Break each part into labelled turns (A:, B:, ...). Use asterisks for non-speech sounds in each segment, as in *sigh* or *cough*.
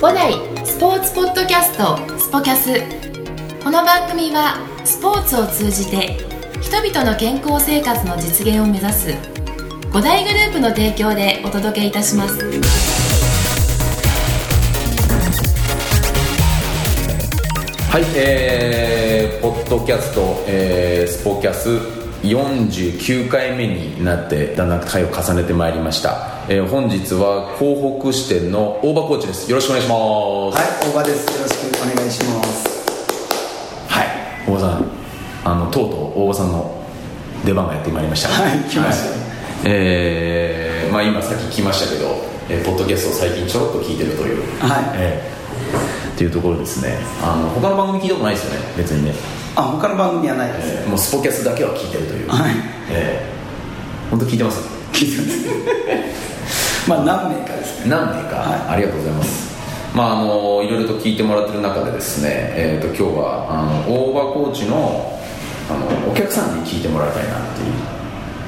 A: 五代スポーツポッドキャストスポキャスこの番組はスポーツを通じて人々の健康生活の実現を目指す五大グループの提供でお届けいたします
B: はい、えー、ポッドキャスト、えー、スポキャス49回目になってだんだん回を重ねてまいりました、えー、本日は広北支店の大場コーチですよろしくお願いします
C: はい、大場です。よろしくお願いします。
B: はい大場さんあのとうとう大場さんの出番がやってまいりました
C: はい来ました
B: はいえーまあ、今さっき聞きましたけど、えーポッドキャストを最近ちょろっと聞いてるという
C: はい
B: えーっていうところですねあの他の番組聞いたことないですよね別にね
C: あ、他の番組はないです。
B: えーもうスポキャスだけは聞いてるという、
C: はい
B: えー、本当聞いてます
C: 聞いてます。まあ何名かですね。
B: 何名か、
C: は
B: ありがとうございますまああのいろいろと聞いてもらってる中でですね、えー、と今日はあの大場コーチのあのお客さんに聞いてもらいたいなっ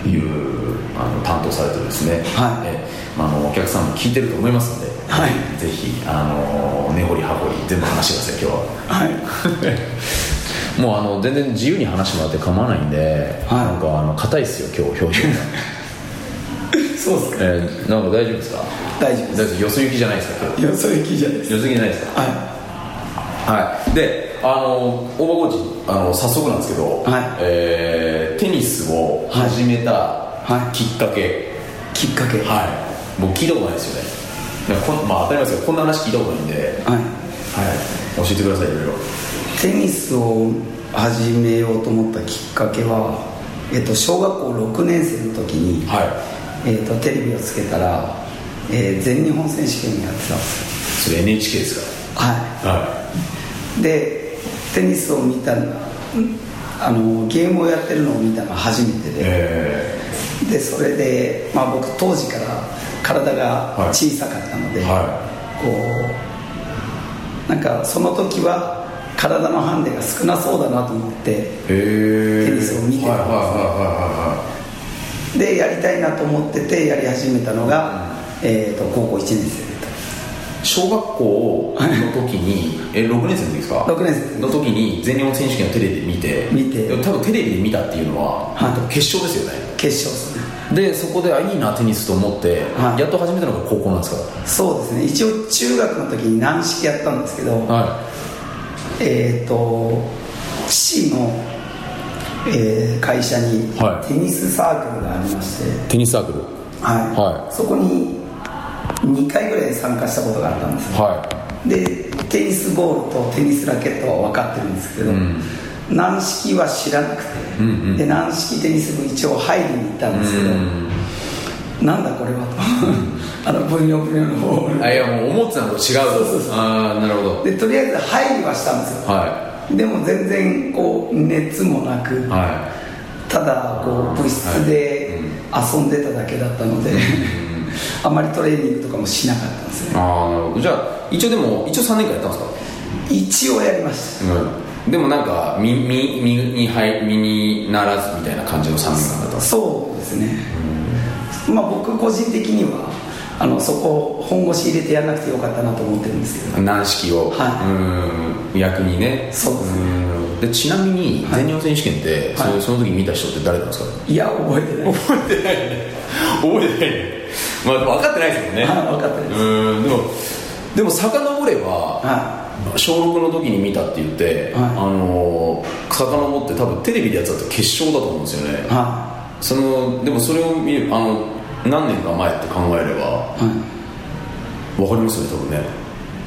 B: ていういうあの担当されてるですね、
C: はい
B: えーまあ、あのお客さんも聞いてると思いますので、
C: はい
B: ぜひあの根掘り葉掘り全部話してください今日は。
C: はい。
B: *laughs* もうあの全然自由に話してもらって構わないんで、
C: はい
B: なんかあの硬いっすよ今日表情が、
C: *laughs* そうですね。
B: えーなんか大丈夫ですか
C: 大丈
B: 大
C: 夫で
B: 丈夫よそ行きじゃないですか今
C: す。よそ行きじゃないです
B: 日。よそ行きじゃないですか
C: は
B: はいであの大場コーチあの早速なんですけど、
C: はい
B: えーテニスを始めた
C: はい
B: きっかけ
C: い。きっかけ。は
B: はい、もう聞いたことないですよねなんかこんまあ当たり前ですけどこんな話聞いたことないんで、はい、
C: い。
B: 教えてくださいいろいろ
C: テニスを始めようと思ったきっかけは、えっと小学校6年生の時に、
B: はい
C: えっとテレビをつけたら、えー全日本選手権やってたんですよ。
B: それ NHK です
C: はい。
B: かはい
C: でテニスを見たあのゲームをやってるのを見たのが初めてで、
B: え
C: でそれで、まあ、僕当時から体
B: は
C: が
B: い
C: 小さかったので、
B: は
C: こうなんかその時は体のハンデが少なそうだなと思って
B: ー、へー
C: テニスを見てたん
B: はいはいはい
C: ですね
B: はいはい
C: でやりたいなと思っててやり始めたのが、えー、と高校1年生だっ
B: 小学校の時に、え6年生の時ですか
C: 六年生
B: の時に全日本選手権をテレビで見て
C: 見て
B: でも多分テレビで見たっていうのは、
C: はい
B: 多分決勝ですよね
C: た決勝ですね
B: でそこであいいなテニスと思って、
C: はい
B: やっと始めたのが高校なんですか
C: そうですね一応中学の時に軟式やったんですけど、
B: は
C: えー、と父の、えー会社に
B: はい
C: テニスサークルがありまして、
B: いテニスサークル
C: はい
B: はい
C: そこに2回ぐらい参加したことがあったんです
B: は
C: でテニスボールとテニスラケットは分かってるんですけど、
B: ん
C: 軟式は知らなくて、
B: うんうん
C: で軟式テニス部一応入りに行ったんですけど、
B: うん
C: なんだこれはと *laughs* あの分量分量のボー
B: あいやもう思ってたのと違う
C: そうそう
B: ああなるほど
C: ルでとりあえず入りはしたんですよ
B: は
C: でも全然こう熱もなく、
B: いは
C: ただこう部室で遊んでただけだったので、 *laughs* あまりトレーニングとかもしなかったんです
B: い
C: ね
B: ああなるほどじゃあ一応でも一応3年間やったんですか
C: 一応やりまし
B: うん、でもなんか身身身に入身にならずみたいな感じの3年間だったん
C: た
B: です
C: そうですね、まあ僕個人的にはあのそこ本腰入れてやらなくてよかったなと思ってるんですけど
B: 軟式を、
C: は
B: うん役にね
C: そうですね
B: んでちなみに全日本選手権って、
C: はい
B: そのその時見た人って誰なんですか
C: いや覚えてない
B: 覚えてない覚えて *laughs* ない、まあ、分かってないですもんね
C: はい分かってないです
B: うんでもでも遡れば、
C: は
B: 小6の時に見たって言って、
C: はい
B: あのー遡って多分テレビでやってたと決勝だと思うんですよね
C: いは
B: そのでもそれを見るあの何年か前って考えれば
C: いはい
B: 分かりますよね多分ね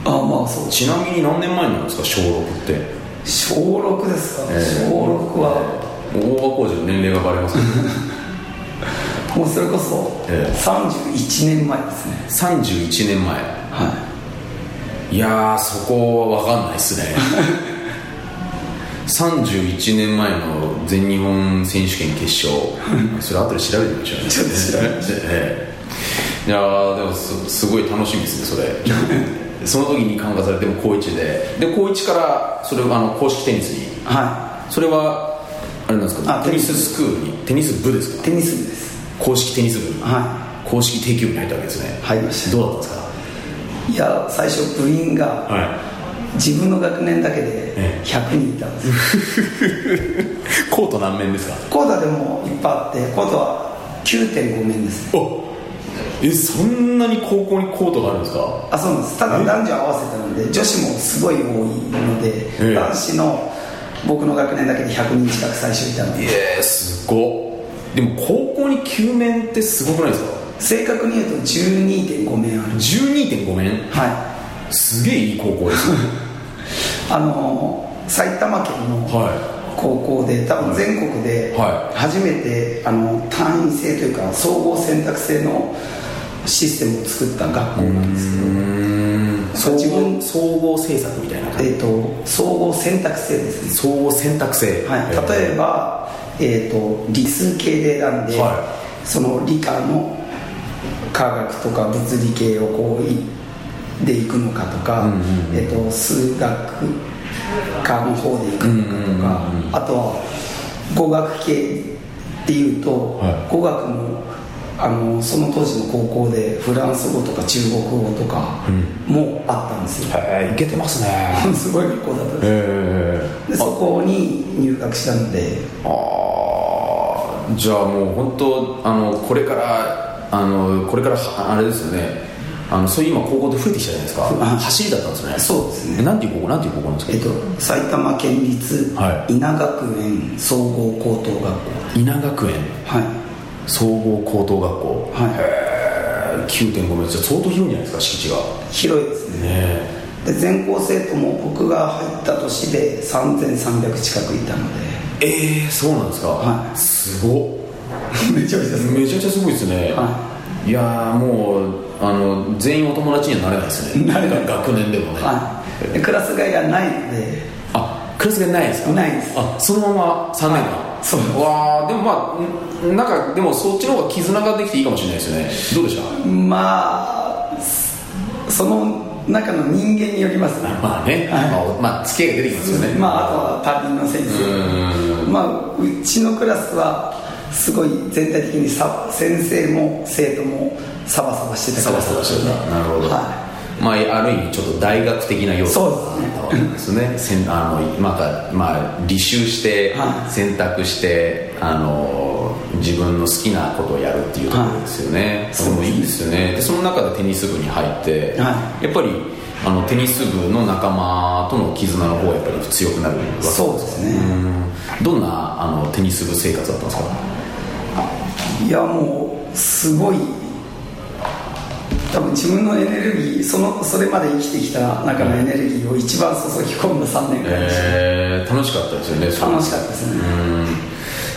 C: あまあそう
B: ちなみに何年前なんですか小6って、
C: 小6ですか、ね小6は
B: もう大場浩二の年齢がバレますけ
C: *laughs* もうそれこそ
B: ええ
C: 31年前ですね、
B: ど31年前
C: はい
B: いやーそこは分かんないっす
C: *laughs*
B: ね31年前の全日本選手権決
C: *laughs*
B: 勝それ後で調べてみましょうね
C: ちょっと調べ
B: ええいやーでもすすごい楽しみですねそれ
C: *laughs*
B: その時に感化されても高1でで高1からそれをあの公式テニスに
C: は
B: それはあれなんですか
C: あ
B: テニススクールにテニス部です
C: い
B: か
C: テニス部です
B: 公式テニス部に
C: は
B: 公式定休部に入ったわけですね
C: 入りまし
B: ど
C: た
B: うだったんですか
C: いいや最初部員が
B: は
C: 自分の学年だけで
B: え
C: 100人いたんですよ
B: いコート何面ですか
C: コーダでもいっぱいあってコーダは9.5面ですね
B: おえそんなに高校にコートがあるんですか
C: あそうなんですただ男女合わせたので女子もすごい多いので、
B: ええ
C: 男子の僕の学年だけで100人近く最初いたの
B: い
C: で
B: えすごっでも高校に9面ってすごくないですか
C: 正確に言うと12.5面ある
B: 12.5面
C: はい
B: すげえいい高校ですね *laughs*
C: あのー埼玉県の
B: は
C: 高校で多分全国で
B: は
C: 初めてあの単位制というか総合選択制のシステムを作った学校なんですけど
D: 総
C: 自分
D: 合総合政策みたいな感じ
C: えー、と総合選択制ですね、
D: 総合選択制
C: はい、例えば、えー、と理数系で選んで、
B: は
C: その理科の科学とか物理系をこういでいくのかとか、
B: うんうんうん
C: えー、と数学科の方でいくのかとか、
B: うんうんうん
C: あとは語学系っていうと、
B: はい
C: 語学もあのその当時の高校でフランス語とか中国語とかもあったんですよ、 *laughs*
D: えいけてますね
C: すごい学校だったんです
B: え
C: でそこに入学したので
B: ー、ああじゃあもう本当あのこれからあのこれからはあれですよねあのそういう今高校って増えてきたじゃないですか
C: あ
B: 走りだったんですね
C: そうです
B: え
C: ね
B: なんていう高校なんていう高校なんですか
C: えっと埼玉県立
B: は
C: 稲学園総合高等学校
B: 稲学園
C: はい
B: 総合高等学校
C: は
B: えー9.5面じゃ相当広いんじゃないですか敷地がね
C: い広いですね
B: え
C: で全校生徒も僕が入った年で3300近くいたので *laughs*
B: えー、そうなんですか、
C: はい
B: すごっ
C: めちゃめちゃ
B: めちゃくちゃすごいですね、、
C: はい
B: やーもうあの全員お友達にはなれないですね
C: なれない
B: 学年でもね、
C: はいでクラス替えがないので
B: あクラスがないですか
C: ないです
B: あそのまま3年間、
C: そうです
B: わあでもまあんなんかでもそっちの方が絆ができていいかもしれないですよねどうでした
C: まあその中の人間によりますね
B: まあね、
C: は
B: まあ、まあ付き合いが出てきますよね、
C: まあ、あとは担任の先
B: う
C: 生まあ、うちのクラスはすごい全体的にさ先生も生徒もサバサバしてた
B: サ
C: ク
B: バ
C: ラス
B: サバして
C: で
B: た
C: すね
B: なるほど、
C: は
B: まあ、ある意味ちょっと大学的な要素
C: そうです
B: が
C: ね
B: あったわけですねせんあのまた、まあ、履修して、
C: はい
B: 選択してあの自分の好きなことをやるっていうところですよね、
C: い
B: それもいいですよねでその中でテニス部に入って、
C: は
B: やっぱりあのテニス部の仲間との絆の方がやっぱり強くなるわけです
C: そうですね
B: うんどんなあのテニス部生活だったんですか
C: い、いやもうすごい多分自分のエネルギーそのそれまで生きてきた中のエネルギーを一番注ぎ込んだ3年間でし
B: えー楽しかったですよねそ
C: た
B: れ
C: 楽しかったですね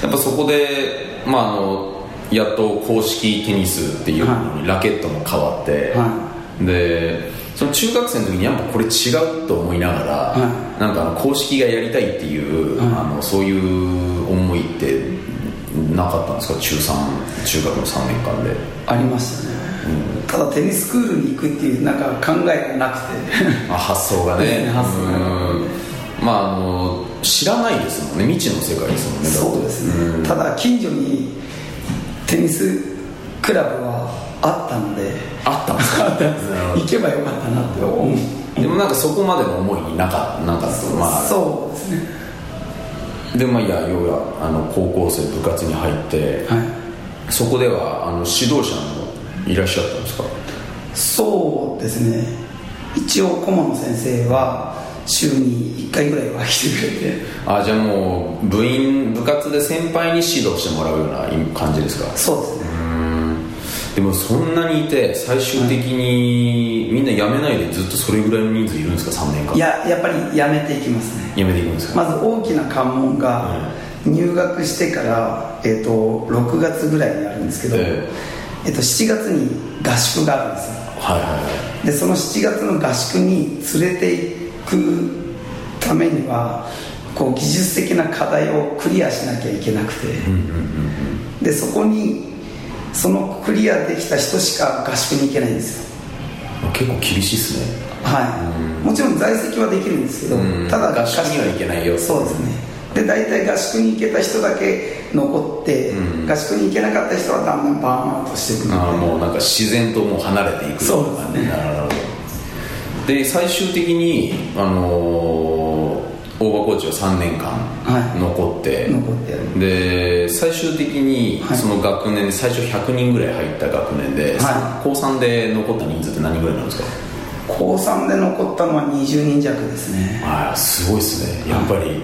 B: やっぱそこで、まあ、あのやっと公式テニスっていうのにラケットも変わって、
C: は
B: でその中学生の時にやっぱこれ違うと思いながら、
C: は
B: なんかあの公式がやりたいっていう、
C: はい
B: あのそういう思いってなかったんですか中3中学の3年間で
C: ありましたね、ただテニスクールに行くっていうなんか考えがなくて
B: あ発想がね
C: ですね発想が
B: うんまああの知らないですもんね未知の世界ですもんねだって
C: そうです
B: ん
C: ね、ただ近所にテニスクラブはあったので
B: あったんですかなるほど
C: 行けばよかったなって思う、
B: でもなんかそこまでの思いになかったなんかまあ
C: そうですね
B: でまあいや要はあの高校生部活に入って、
C: は
B: そこではあの指導者もいらっしゃったんですか
C: いそうですね一応顧問の先生は週に1回ぐらいは来てくれて
B: あじゃあもう部員部活で先輩に指導してもらうような感じですか
C: そうですね
B: でもそんなにいて最終的にみんな辞めないでずっとそれぐらいの人数いるんですか3年間
C: いややっぱりやめていきますね
B: 辞めていくんですか、
C: まず大きな関門が入学してから、えっと6月ぐらいにあるんですけど、
B: え
C: えっと7月に合宿があるんですよ
B: はいはいはい
C: でその7月の合宿に連れていくためにはこう技術的な課題をクリアしなきゃいけなくて、でそこにそのクリアできた人しか合宿に行けないんですよ
B: まあ結構厳しいですね
C: はい、もちろん在籍はできるんですけど、
B: うん
C: ただ
B: 合宿には行けないよ
C: そうですねで大体合宿に行けた人だけ残って、
B: うん
C: 合宿に行けなかった人はだんだんバーンアウトしていく
B: あ
C: ので
B: もうなんか自然ともう離れていく
C: そうですね
B: なるほどで最終的に、あのー大場コーチは3年間
C: はい
B: 残って、
C: 残ってやる
B: で最終的に
C: はい
B: その学年、最初100人ぐらい入った学年で、
C: は
B: 高3で残った人数って何人ぐらいなんですか
C: 高3で残ったのは20人弱ですね
B: ああすごいですねやっぱり、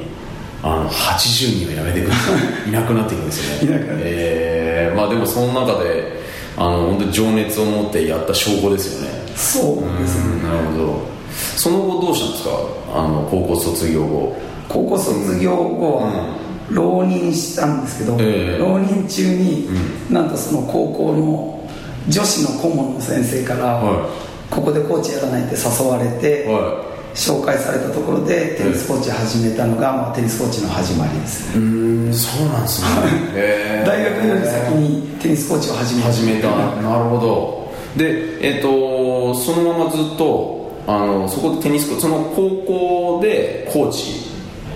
B: あの80人はやめて
C: *laughs*
B: くださいいなくなっていくんですよね
C: いなくなる
B: ええまあでもその中であの本当に情熱を持ってやった証拠ですよね
C: そうですね
B: うんなるほどその後どうしたんですかあの高校卒業後
C: 高校卒業後、浪人したんですけど、
B: ええ
C: 浪人中に、なんとその高校の女子の顧問の先生から、
B: は
C: ここでコーチやらないって誘われて、
B: は
C: 紹介されたところでテニスコーチ始めたのが、まあ、テニスコーチの始まりですね、
D: うんそうなんですね
B: え
C: 大学より先にテニスコーチを始め
B: 始めたなるほどでえっ、とそのままずっとあのそこでテニスコその高校でコーチ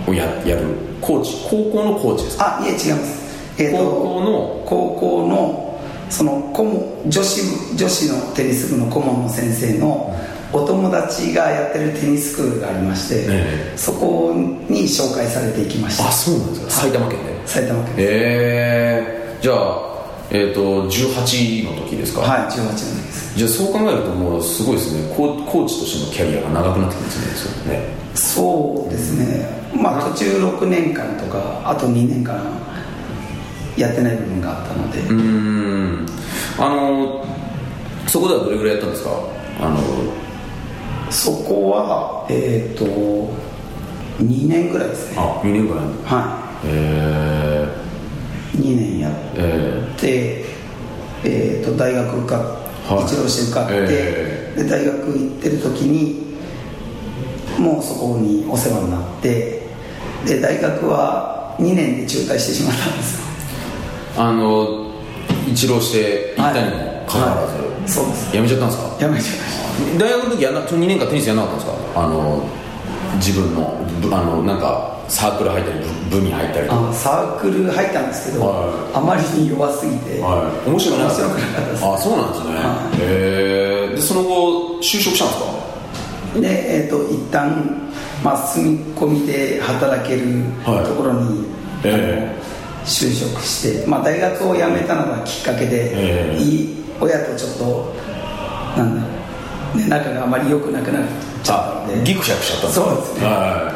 B: をややるコーチ高校のコーチですか
C: あいえ違います、えーと
B: 高校の
C: 高校のその顧問女子部女子のテニス部の顧問の先生のお友達がやってるテニススクールがありまして、
B: え
C: そこに紹介されていきました
B: あそうなんですか埼玉県で
C: 埼玉県
B: ええじゃあえっ、と18の時ですか
C: はい18年です
B: じゃあそう考えるともうすごいですねコーコーチとしてのキャリアが長くなってくるんですよね
C: そうですねまあ途中6年間とかあと2年間やってない部分があったので、
B: うーんあのそこではどれぐらいやったんですかあの
C: そこはえっ、と2年ぐらいですね
B: あ2年ぐらい
C: は
B: え
C: い2年やって
B: ー、え
C: で、えー、と大学受かっ、
B: はい
C: 一浪して受かって、
B: え
C: で大学行ってる時にもうそこにお世話になってで大学は2年で中退してしまったんですよ
B: *laughs* ー、あの一浪して行ったにもかかわらず、
C: はいそうです
B: 辞めちゃったんですか
C: やめちゃいまし
B: 大学の時やんなその2年間テニスやんなかったんですかあの自分のぶあのなんかサークル入ったり部部に入ったりと
C: た
B: か
C: あサークル入ったんですけど、
B: は
C: あまりに弱すぎて、
B: はい、面白くなかった
C: 面白くなかったです
B: あそうなんですね、
C: は
B: へえでその後就職したんですか
C: で、えー、と一旦まあ住み込みで働ける
B: はい
C: ところに、
B: え
C: 就職して、まあ、大学を辞めたのがきっかけで、
B: ええ
C: いい親とちょっとなんだろう、ね、仲があまり良くなくなっちゃ
B: あ
C: ったので
B: ギクシャクしちゃったん
C: そうですね
B: は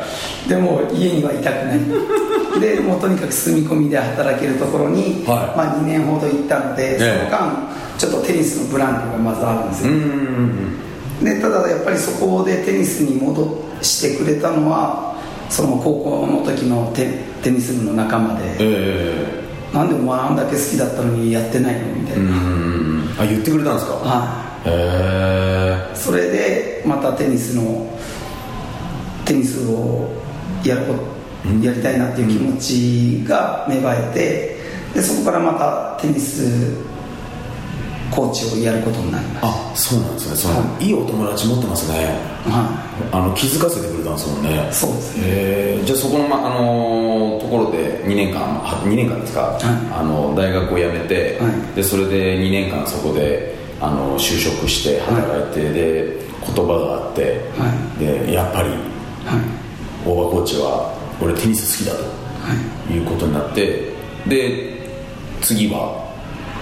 C: でも家にはいたくない
B: *laughs*
C: でもうとにかく住み込みで働けるところに、
B: はい
C: まあ、2年ほど行ったので、
B: ええ
C: その間ちょっとテニスのブランクがまずあるんですよでただやっぱりそこでテニスに戻してくれたのはその高校の時のテテニス部の仲間で、
B: いえ
C: なんでお前あんだけ好きだったのにやってないのみたい
B: え
C: な、
B: うんあ言ってくれたんですか
C: は
B: へえ
C: い、それでまたテニスのテニスをやることやりたいなっていう気持ちが芽生えてでそこからまたテニスコーチをやることになりまし
B: あそうなんですねその、い、いお友達持ってますね
C: た、は
B: あの気づかせてくれたんですもんね
C: い、そうですね
B: へえじゃあそこの、まあのーところで2年間は二年間ですか、あの大学を辞めて、
C: はい
B: でそれで2年間そこであの就職して働いて、で言葉があって、
C: は
B: でやっぱり
C: はい
B: 大場コーチは俺テニス好きだ
C: は
B: ということになってで次は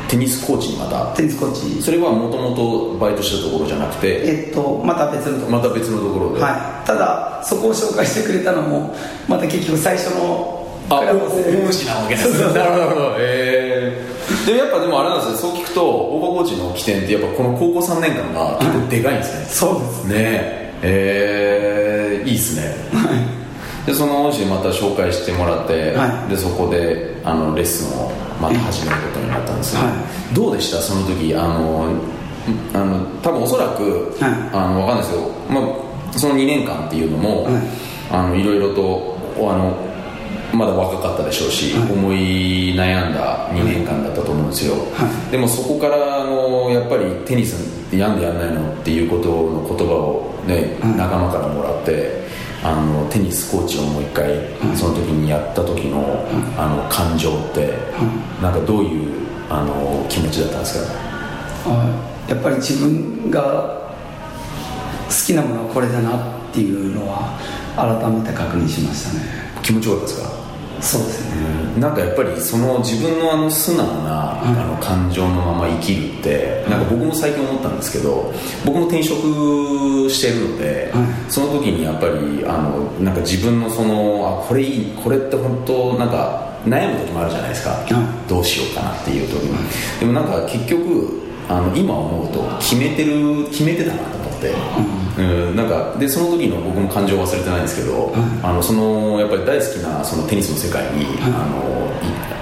B: テニスコーチにまた
C: い、テニスコーチ
B: それはもともとバイトしてたところじゃなくて
C: えっとまた別のところ
B: また別のところで、
C: はい、ただそこを紹介してくれたのもまた結局最初の
B: あ、
C: クラブの先生
B: 恩師なわけです。なるほど、なるほど。えー、で、やっぱでもあれなんですね、そう聞くと、大場コーチの起点って、やっぱこの高校3年間が結構でかいんですね。
C: そうです
B: ねえ、えー、いいですね。で、その恩師にまた紹介してもらって、
C: はい
B: で、そこで、あの、レッスンをまた始めることになったんですけど、
C: は
B: どうでした、その時、あの、んあの多分おそらく、
C: はい
B: あのわかんないですけど、まあ、その2年間っていうのも、
C: はい
B: あのいろいろとあのまだ若かったでしょうし、
C: はい
B: 思い悩んだ2年間だったと思うんですよ、
C: は
B: でもそこからあのやっぱりテニスやんでやんないのっていうことの言葉を、ね
C: はい
B: 仲間からもらってあのテニスコーチをもう一回、その時にやった時の,、あの感情って、なんかどういうあの気持ちだったんですか
C: はいやっぱり自分がきなものはこれだなっていうのは改めて確認しましたね
B: 気持ちよかったですか
C: そうですね
B: なんかやっぱりその自分のあの素直な、
C: うん
B: あの感情のまま生きるって、なんか僕も最近思ったんですけど僕も転職してるので、
C: う
B: その時にやっぱりあのなんか自分のそのあこれいいこれって本当なんか悩む時もあるじゃないですか、
C: うん
B: どうしようかなっていう時も、でもなんか結局あの今思うと決めてる決めてたなと思って、うん、なんかでその時の僕も感情忘れてないんですけど、あのそのやっぱり大好きなそのテニスの世界に、あのい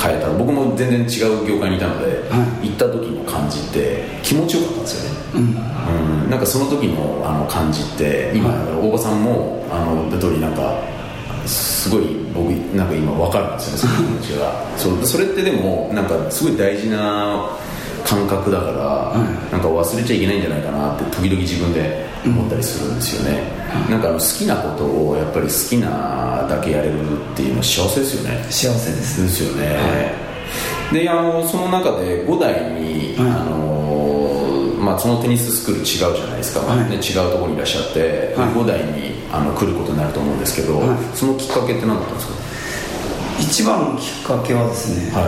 B: 変えた僕も全然違う業界にいたので、行った時の感じって気持ちよかったんですよね、うんなんかその時のあの感じって今、大場さんもあの言った通りなんかすごい僕なんか今わかるんですよねその気持ちがそうそれってでもなんかすごい大事な感覚だから、なんか忘れちゃいけないんじゃないかなって時々自分で思ったりするんですよね、なんかあの好きなことをやっぱり好きなだけやれるっていうのは幸せですよね
C: 幸せです
B: ですよね、であのその中で5代に、
C: はい
B: あのまあ、そのテニススクール違うじゃないですか、
C: はい
B: ね、違うところにいらっしゃって、で
C: はい
B: 5代にあの来ることになると思うんですけど、
C: はい
B: そのきっかけって何だったんです
C: 一番のきっかけはですね、
B: か、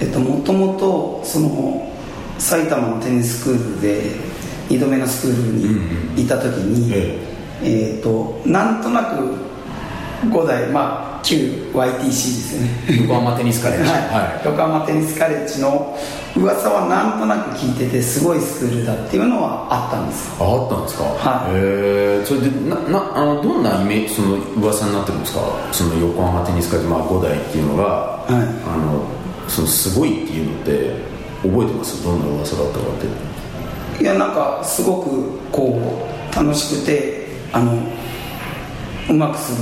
C: えっと、もともとその埼玉のテニススクールで2度目のスクール
B: うん
C: にいた時に、
B: え
C: えっとなんとなく5代まあ旧 YTC ですよね
B: 横浜テニスカレッジ
C: はい横浜テニスカレッジの噂はなんとなく聞いててすごいスクールだっていうのはあったんです
B: ああったんですか、
C: はい
B: へえそれでななあのどんなイメージその噂になってるんですかその横浜テニス界で、まあ、5代っていうのが、
C: い
B: あのそのすごいっていうのって覚えてますどんな噂だったかって
C: いやなんかすごくこう楽しくてあのうまくする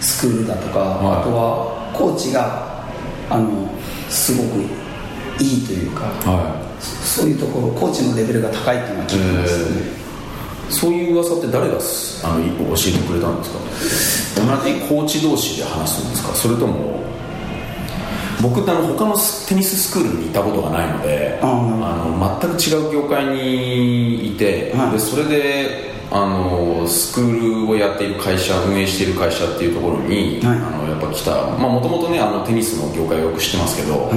C: スクールだとか、
B: はい
C: あとはコーチがあのすごくいいというか
B: は
C: そそういうところコーチのレベルが高いっていうのは聞きましたね、
B: いそういう噂って誰がすあのい教えてくれたんですか同じコーチ同士で話すんですかそれとも僕ってあの他のステニススクールにいたことがないので
C: あ
B: あの全く違う業界にいて、
C: はい
B: でそれであのスクールをやっている会社運営している会社っていうところに、
C: はい
B: あのやっぱ来たもともとねあのテニスの業界をよく知ってますけど、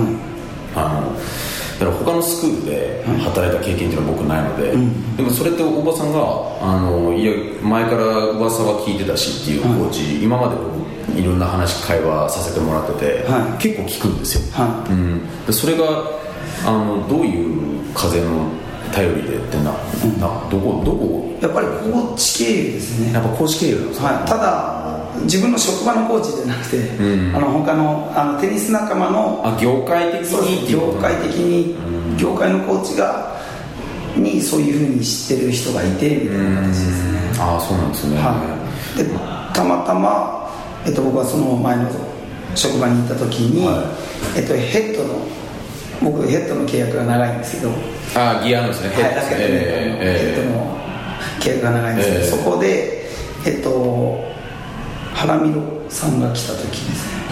B: あのだから他のスクールで働いた経験っていうのは僕ないので、でもそれっておばさんがあのいや前から噂は聞いてたしっていうコーチ、今まで僕いろんな話会話させてもらってて、
C: は
B: 結構聞くんですよ、
C: は
B: うん、でそれがあのどういう風の頼りでってななどこどこ
C: い、やっぱりコーチ経由ですね
B: やっぱ公式経由なんですか、
C: はい、ただ自分の職場のコーチじゃなくて、あの他のあのテニス仲間の
B: あ業界的
C: そう
B: にっていうこ
C: 業
B: と
C: 界的に業界のコーチがにそういうふうに知ってる人がいてみたいな形ですね、
B: ああそうなんですね、
C: はい、でたまたま、えっと、僕はその前の職場に行った時に、
B: は
C: えっと、ヘッドの僕ヘッドの契約が長いんですけど、はい、
B: ああギアのですねヘッド
C: ラ
B: です
C: ケ
B: ね
C: ットのヘ
B: えええ
C: ッドの契約が長いんですけ
B: え
C: ど、
B: え
C: そこでえっと原ミロさんが来た時ですね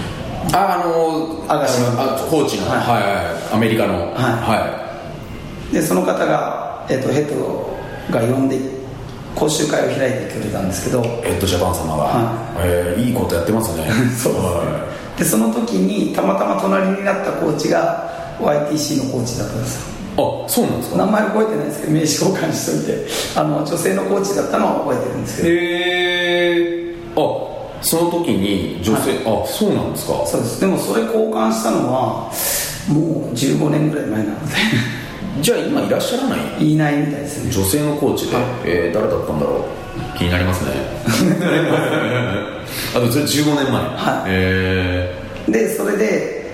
B: えああの
C: アガシの
B: あコーチの、は
C: はいい
B: はいアメリカのはい、
C: でその方が、えっと、ヘッドが呼んで講習会を開いてくれたんですけど
B: ヘッドジャパン様が、
C: は
B: ええいいことやってますね *laughs* そうはい
C: でその時にたまたま隣になったコーチが YTC のコーチだったんですよ
B: あそうなんです
C: 名
B: か
C: 前覚えてないですけど名刺交換しといてあの女性のコーチだったのは覚えてるんですけど
B: へえあその時に女性、あそうなんですか
C: そうですでもそれ交換したのはもう15年ぐらい前なので
B: じゃあ今いらっしゃらない
C: 言いないみたいですね
B: 女性のコーチで、
C: はい
B: えー誰だったんだろう気になりますね *laughs* あとそれ15年前
C: はい
B: え
C: でそれで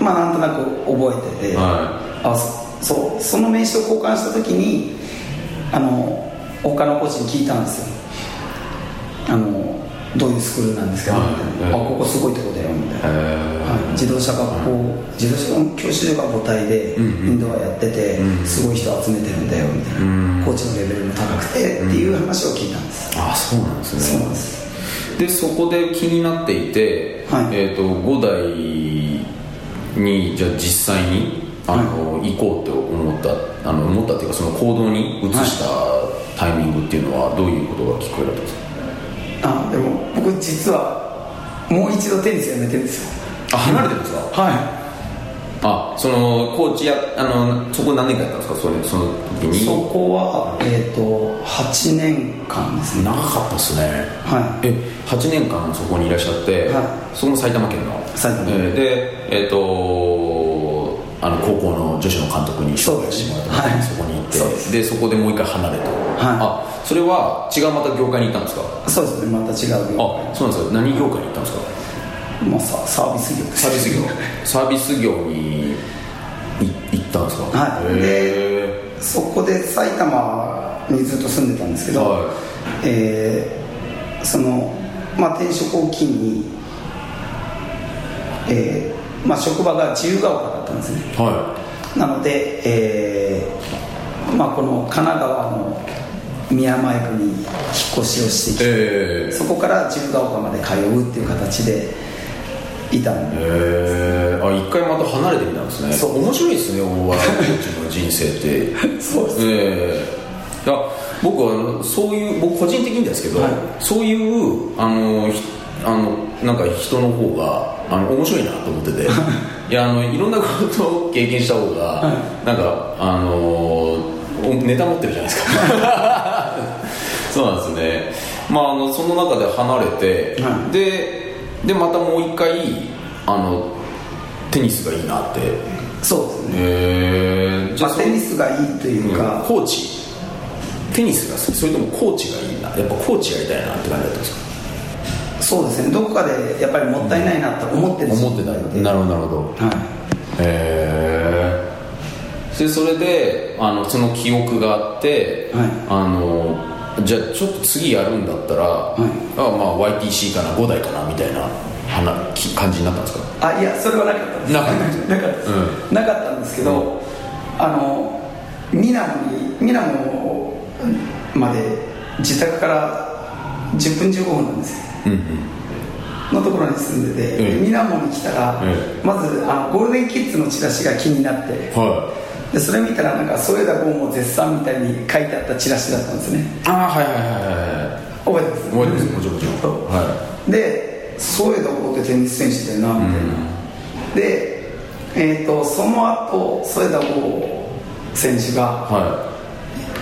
C: まあなんとなく覚えてて、
B: は
C: あそそうその名刺を交換した時にあの他のコーチに聞いたんですよあのどういうスクールなんですか、
B: はい
C: みたいな
B: はい
C: あここすごいとこだよみたい
B: ー
C: な、
B: え
C: はい、自動車学校、自動車の教習所が母体でインドアやってて、すごい人集めてるんだよみたいな、コーチのレベルも高くて、っていう話を聞いたんです、
B: ーあそうなんですね
C: そうなんです
B: でそこで気になっていて、
C: はい
B: えー、と5代にじゃあ実際にあの、行こうと思ったあの思ったっていうかその行動に移したタイミングっていうのはどういうことがきっかけだったんですか
C: あでも僕実はもう一度テニスやめてるんですよ
B: あ離れてるんですか
C: は
B: あそのコーチやあのそこ何年かやったんですかそれその時
C: い
B: に
C: そこはえっ、と8年間ですね
B: 長かったっすね
C: はい
B: え8年間そこにいらっしゃって、
C: は
B: そこも埼玉県の
C: 埼玉
B: えーでえっ、とあの高校の女子の監督に
C: そ
B: 紹介
C: うです
B: してもらった
C: はい
B: そこに行って
C: そうです
B: でそこでもう一回離れた、あそれは違うまた業界に行ったんですか
C: そうですねまた違う業
B: あそうなんですか何業界に行ったんですか
C: もうササービス業です
B: サービス
C: *laughs*
B: 業サービス業にい行ったんですか
C: はい
B: へ
C: そこで埼玉にずっと住んでたんですけど、
B: は
C: えーその、まあ、転職を機に、えーまあ、職場が自由が丘だったんですね
B: えは
C: なので、えーまあ、この神奈川の宮前区に引っ越しをしてき
B: い
C: て、
B: ええ
C: そこから自由が丘まで通うっていう形でいたんで
B: えー、あ一回また離れてみたんですね
C: そう
B: 面白いですねお笑いコーチの人生って
C: そうです
B: ええいや僕はあのそういう僕個人的にですけど、
C: はい
B: そういうあのひあのなんか人の方があの面白いなと思
C: *laughs*
B: ってていやあのいろんなことを経験した方が、なんかあのおネタ持ってるじゃないですか
C: *laughs*
B: そうなんですねまああのその中で離れて、
C: はい
B: ででまたもう一回あのテニスがいいなってへ
C: そうですね、
B: えじゃ
C: ま
B: あ
C: あ、
B: その
C: テニスがいいというか、
B: コーチテニスが好きそれともコーチがいいなやっぱコーチやりたいなって感じだったんですか
C: そうですねどこかでやっぱりもったいないなと思ってる
B: 思ってたなるほどなるほど
C: は
B: へえでそれであのその記憶があって、
C: はい
B: あのじゃあちょっと次やるんだったら、あまあ YTC かな5台かなみたいなはなき感じになったんですか
C: いあいやそれはなかったです
B: なかったです
C: なかったです、なかったんですけど、
B: うん
C: あのミラノにミラノまで自宅から10分15分なんですよ
B: うんうん
C: のところに住んでて、
B: うん
C: ミラモに来たら、
B: う
C: まずあのゴールデンキッズのチラシが気になって
B: は
C: でそれ見たらなんか添田剛も絶賛みたいに書いてあったチラシだったんですね
B: いああはいはいはいはいはい
C: 覚えてます
B: 覚えてますもちろんもちろん
C: そう
B: は
C: で添田剛ってテニス選手だよなみたいな、で、えー、とその後添田剛選手が
B: いはい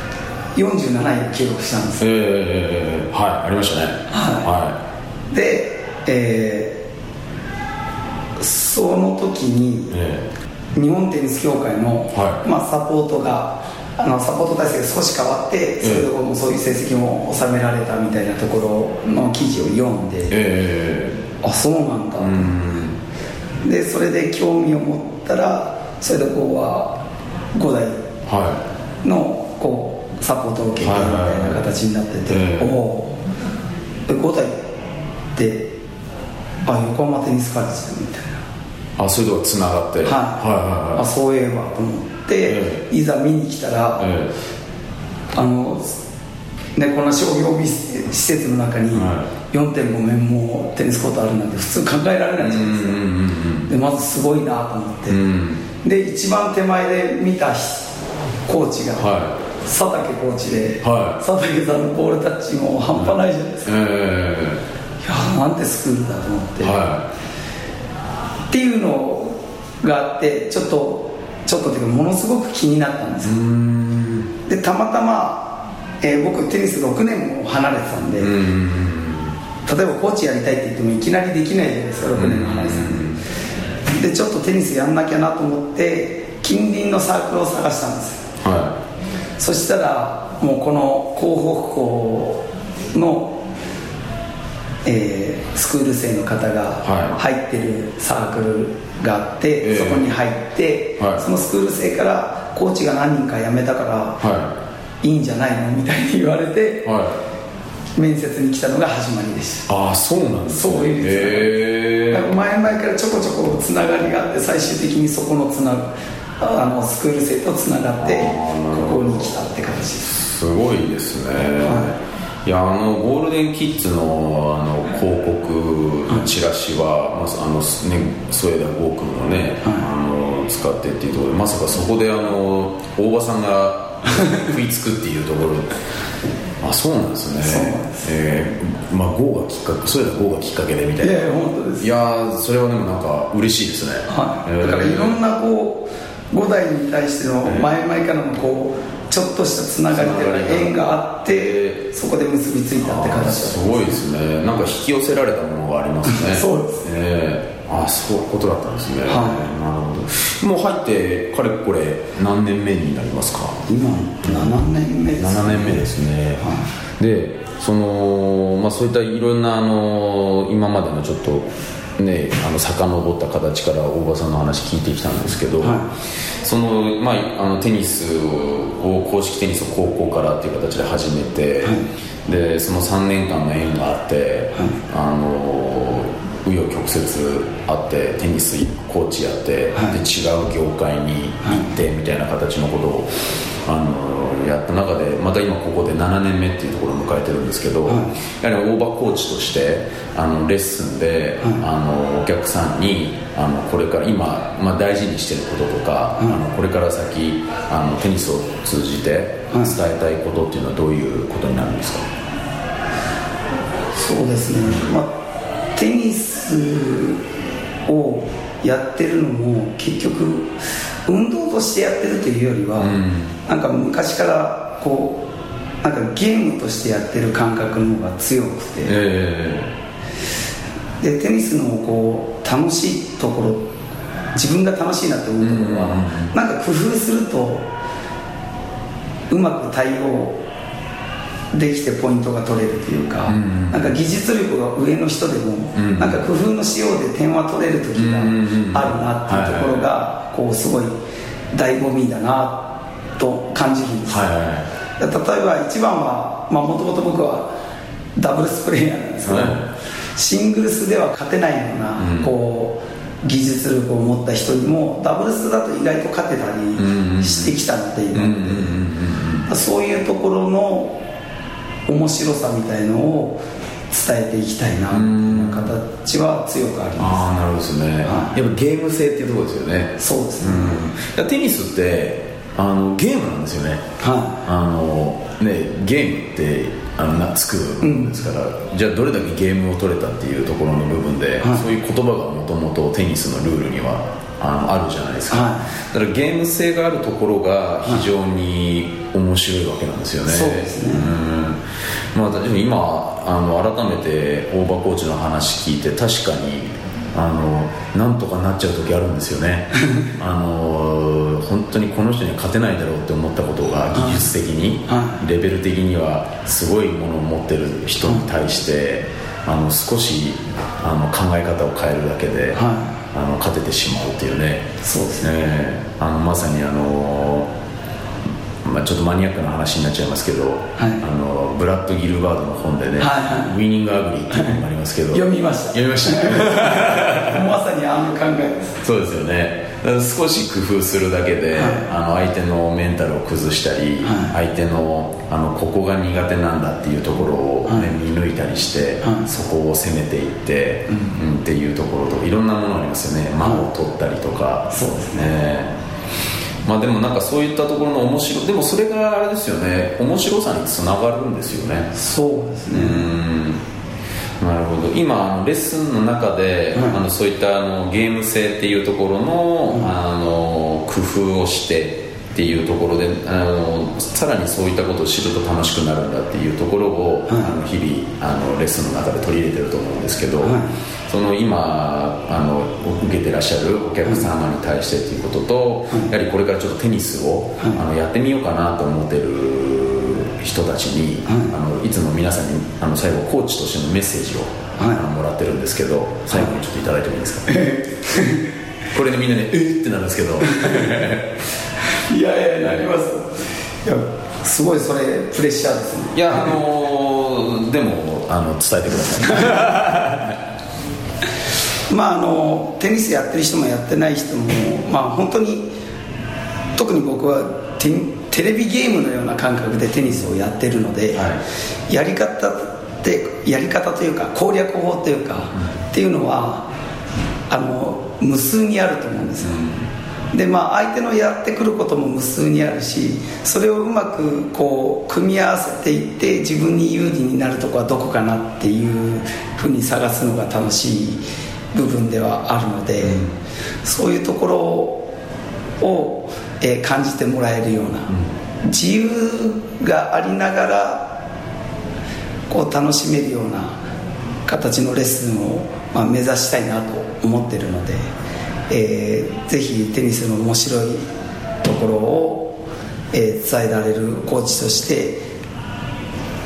C: 47位を記録したんですよ
B: えー、はいありましたねは
C: で、えーその時
B: い、
C: に
B: え
C: 日本テニス協会の、
B: はい
C: まあ、サポートがあのサポート体制が少し変わって、
B: ん
C: それでもそういう成績も収められたみたいなところの記事を読ん
B: ー、
C: で、
B: え
C: あそうなんだ、
B: ー、うん
C: でそれで興味を持ったらそれでこうは5代
B: は
C: のこうサポートを受けてみたいな形になってて、
B: はいはいはい
C: おお5代ってあ横浜テニスカレッジみたい
B: いあそういうとこつながってはい
C: な、
B: はい
C: あ
B: はい
C: そういえばと思って、
B: え
C: いざ見に来たら、
B: え
C: あのね、こんな商業施設の中に
B: は
C: 4.5面もテニスコートあるなんて普通考えられないじゃないですか、でまずすごいなと思って、
B: ん
C: で一番手前で見た人コーチが、
B: は
C: 佐竹コーチで、
B: はい
C: 佐竹さんのボールタッチも半端ないじゃないです
B: え
C: か、
B: え
C: いやーなんてスクールだと思って、
B: ー、は
C: っていうのがあってちょっとちょっとっていうかものすごく気になったんですよでたまたま、えー僕テニス6年も離れてたんで
B: いうん
C: 例えばコーチやりたいって言ってもいきなりできないじゃないですか6年も離れてたんででちょっとテニスやんなきゃなと思って近隣のサークルを探したんですよ
B: は
C: そしたらもうこの広北校の、えースクール生の方が
B: は
C: 入ってるサークルがあって、
B: ええ
C: そこに入って、
B: はい
C: そのスクール生からコーチが何人か辞めたから、、
B: いはい
C: いんじゃないのみたいに言われて
B: いはい
C: 面接に来たのが始まりでした
B: ああそうなんですね
C: そういう
B: へえ
C: 前々からちょこちょこつながりがあって最終的にそこのつなあのスクール生とつながって
B: あーなるほ
C: こ
B: ど
C: こに来たって形です
B: すごいですね、、
C: はい
B: やあのゴールデンキッズのあの広告のチラシは、まさあのすね添田剛君のね、あの使ってっていうところでまさかそこであの大場さんが *laughs* 食いつくっていうところあそうなんですね
C: そうなんです
B: えーまあ GO がきっかけそういえば GO がきっかけでみたい
C: い
B: な
C: やいや本当です
B: いやーそれはでもなんか嬉しいですね
C: はい、だからいろんなこう五代に対しての前々からのこうちょっとしたつながりというか縁があってそこで結びついたって
B: あー
C: 形
B: すごいですねなんか引き寄せられたものがありますね
C: *laughs* そうです
B: ね、えーあーそういうことだったんですね、
C: は
B: なるほどもう入ってかれこれ何年目になりますか
C: 今7年目です
B: 7年目ですね、でその、まあ、そういったいろんなあの今までのちょっとねあの遡った形から大場さんの話聞いてきたんですけど、
C: は
B: その,、まあ、あのテニスを公式テニスを高校からっていう形で始めて、でその3年間の縁があって、あの紆余曲折あってテニスコーチやって、
C: はい
B: で違う業界に行ってみたいな形のことを、あのやった中でまた今ここで7年目っていうところを迎えてるんですけど、
C: は
B: やはり大場コーチとしてあのレッスンで、あのお客さんにあのこれから今、まあ、大事にしてることとか、あのこれから先あのテニスを通じて伝えたいことっていうのはどういうことになるんですか、
C: そうですね、まあ、テニスをやってるのも結局運動としてやってるというよりは、なんか昔からこうなんかゲームとしてやってる感覚の方が強くて、
B: え
C: でテニスのこう楽しいところ自分が楽しいなって思うところは、
B: うんうんうん
C: なんか工夫するとうまく対応できてポイントが取れるというか、
B: うんうん
C: なんか技術力が上の人でも、
B: うん
C: なんか工夫のしようで点は取れる時があ
B: うんうんうん
C: るなっていうところがこうすごい醍醐味だなと感じるんです、
B: はいはいはい
C: 例えば一番はもともと僕はダブルスプレーヤーなんですけど、
B: はい
C: シングルスでは勝てないような、
B: うん
C: こう技術力を持った人にもダブルスだと意外と勝てた
B: んうん
C: りしてきたっていう、
B: うんうんうんうん
C: そういうところの面白さみたいのを伝えていきたいなっていう形は強くありま
B: ああなるほどですね、
C: は
B: やっぱゲーム性っていうところですよね
C: すそうです
B: う
C: ね、
B: んいやテニスってあのゲームなんですよね
C: は
B: あのねゲームってあのなつくんですから、じゃあどれだけゲームを取れたっていうところの部分で、
C: はい
B: そういう言葉がもともとテニスのルールにはあのあるじゃないですか、
C: は
B: だからゲーム性があるところが非常に面白いわけなんですよね、
C: そうですね
B: うんまあ、でも今あの改めて大場コーチの話聞いて確かにあのなんとかなっちゃう時あるんですよ
C: *laughs*
B: ねあの本当にこの人には勝てないだろうって思ったことが技術的に、
C: は
B: レベル的にはすごいものを持ってる人に対して、あの少しあの考え方を変えるだけで、
C: は
B: あの勝ててしまうっていうね
C: そうですね
B: ええあのまさにあのまあ、ちょっとマニアックな話になっちゃいますけど、あのブラッド・ギルバードの本でね「
C: はいは
B: ウ
C: い
B: ィニング・アグリー」っていう本がありますけど
C: い、読みました
B: 読みました
C: まさにあの考えです
B: そうですよねだから少し工夫するだけで、
C: はい
B: あの相手のメンタルを崩したり、
C: は
B: 相手のあのここが苦手なんだっていうところを、ね
C: はい
B: 見抜いたりして、
C: はい
B: そこを攻めていって、うんっていうところといろんなものありますよね間を取ったりとか、
C: そうです
B: ねまあでもなんかそういったところの面白でもそれがあれですよね面白さにつながるんですよね
C: そうですね、
B: うんなるほど今あのレッスンの中で、
C: はい
B: あのそういったあのゲーム性っていうところの,、あの工夫をしてっていうところであのさらにそういったことを知ると楽しくなるんだっていうところを、
C: い
B: あの日々あのレッスンの中で取り入れてると思うんですけど、
C: はい
B: その今あの受けてらっしゃるお客様に対してっていうことと、やはりこれからちょっとテニスを、
C: はい
B: あのやってみようかなと思ってる人たちに、
C: はい
B: あのいつも皆さんにあの最後コーチとしてのメッセージを、
C: はい
B: あのもらってるんですけど最後にちょっといただいてもいいですか、 *laughs* これでみんなね「えっ!」ってなるんですけ
C: *laughs*
B: ど
C: いやいやなりますいやすごいそれプレッシャーですね
B: いやあのーでもあの伝えてください
C: まああのテニスやってる人もやってない人もまあ本当に特に僕はテテレビゲームのような感覚でテニスをやってるので、
B: は
C: やり方ってやり方というか攻略法というか、っていうのはあの無数にあると思うんですよ、でまあ相手のやってくることも無数にあるしそれをうまくこう組み合わせていって自分に有利になるとこはどこかなっていうふうに探すのが楽しい部分ではあるので、そういうところを、えー感じてもらえるような、自由がありながらこう楽しめるような形のレッスンを、まあ、目指したいなと思ってるので、えーぜひテニスの面白いところを、えー伝えられるコーチとして、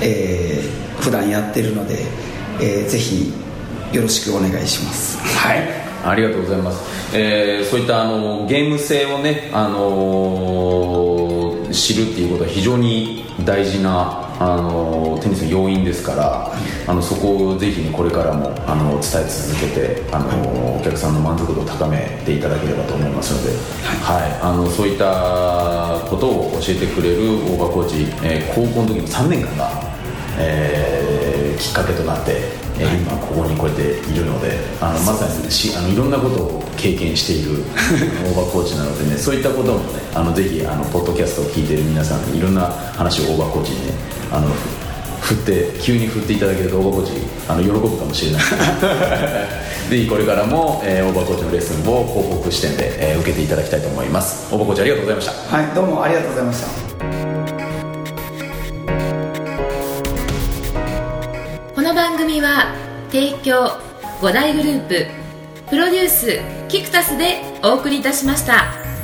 C: えー普段やってるので、えーぜひよろしくお願いします。はい
B: ありがとうございます、えーそういったあのゲーム性をね、あのー知るっていうことは非常に大事な、あのーテニスの要因ですからあのそこをぜひねこれからも、あの伝え続けて、あのお客さんの満足度を高めていただければと思いますので、はいあのそういったことを教えてくれる大場コーチ、えー高校の時の3年間がえーきっかけとなって、えー今ここにこうやっているのであのまさにしあのいろんなことを経験している大場コーチなのでねそういったこともねあのぜひあのポッドキャストを聞いている皆さんいろんな話を大場コーチにねあのふ振って急に振っていただけると大場コーチあの喜ぶかもしれないぜひこれからも、えー、大場コーチのレッスンを広告視点で、えー受けていただきたいと思います大場コーチありがとうございました
C: はい、どうもありがとうございました。
A: この番組は提供五大グループプロデュースキクタスでお送りいたしました。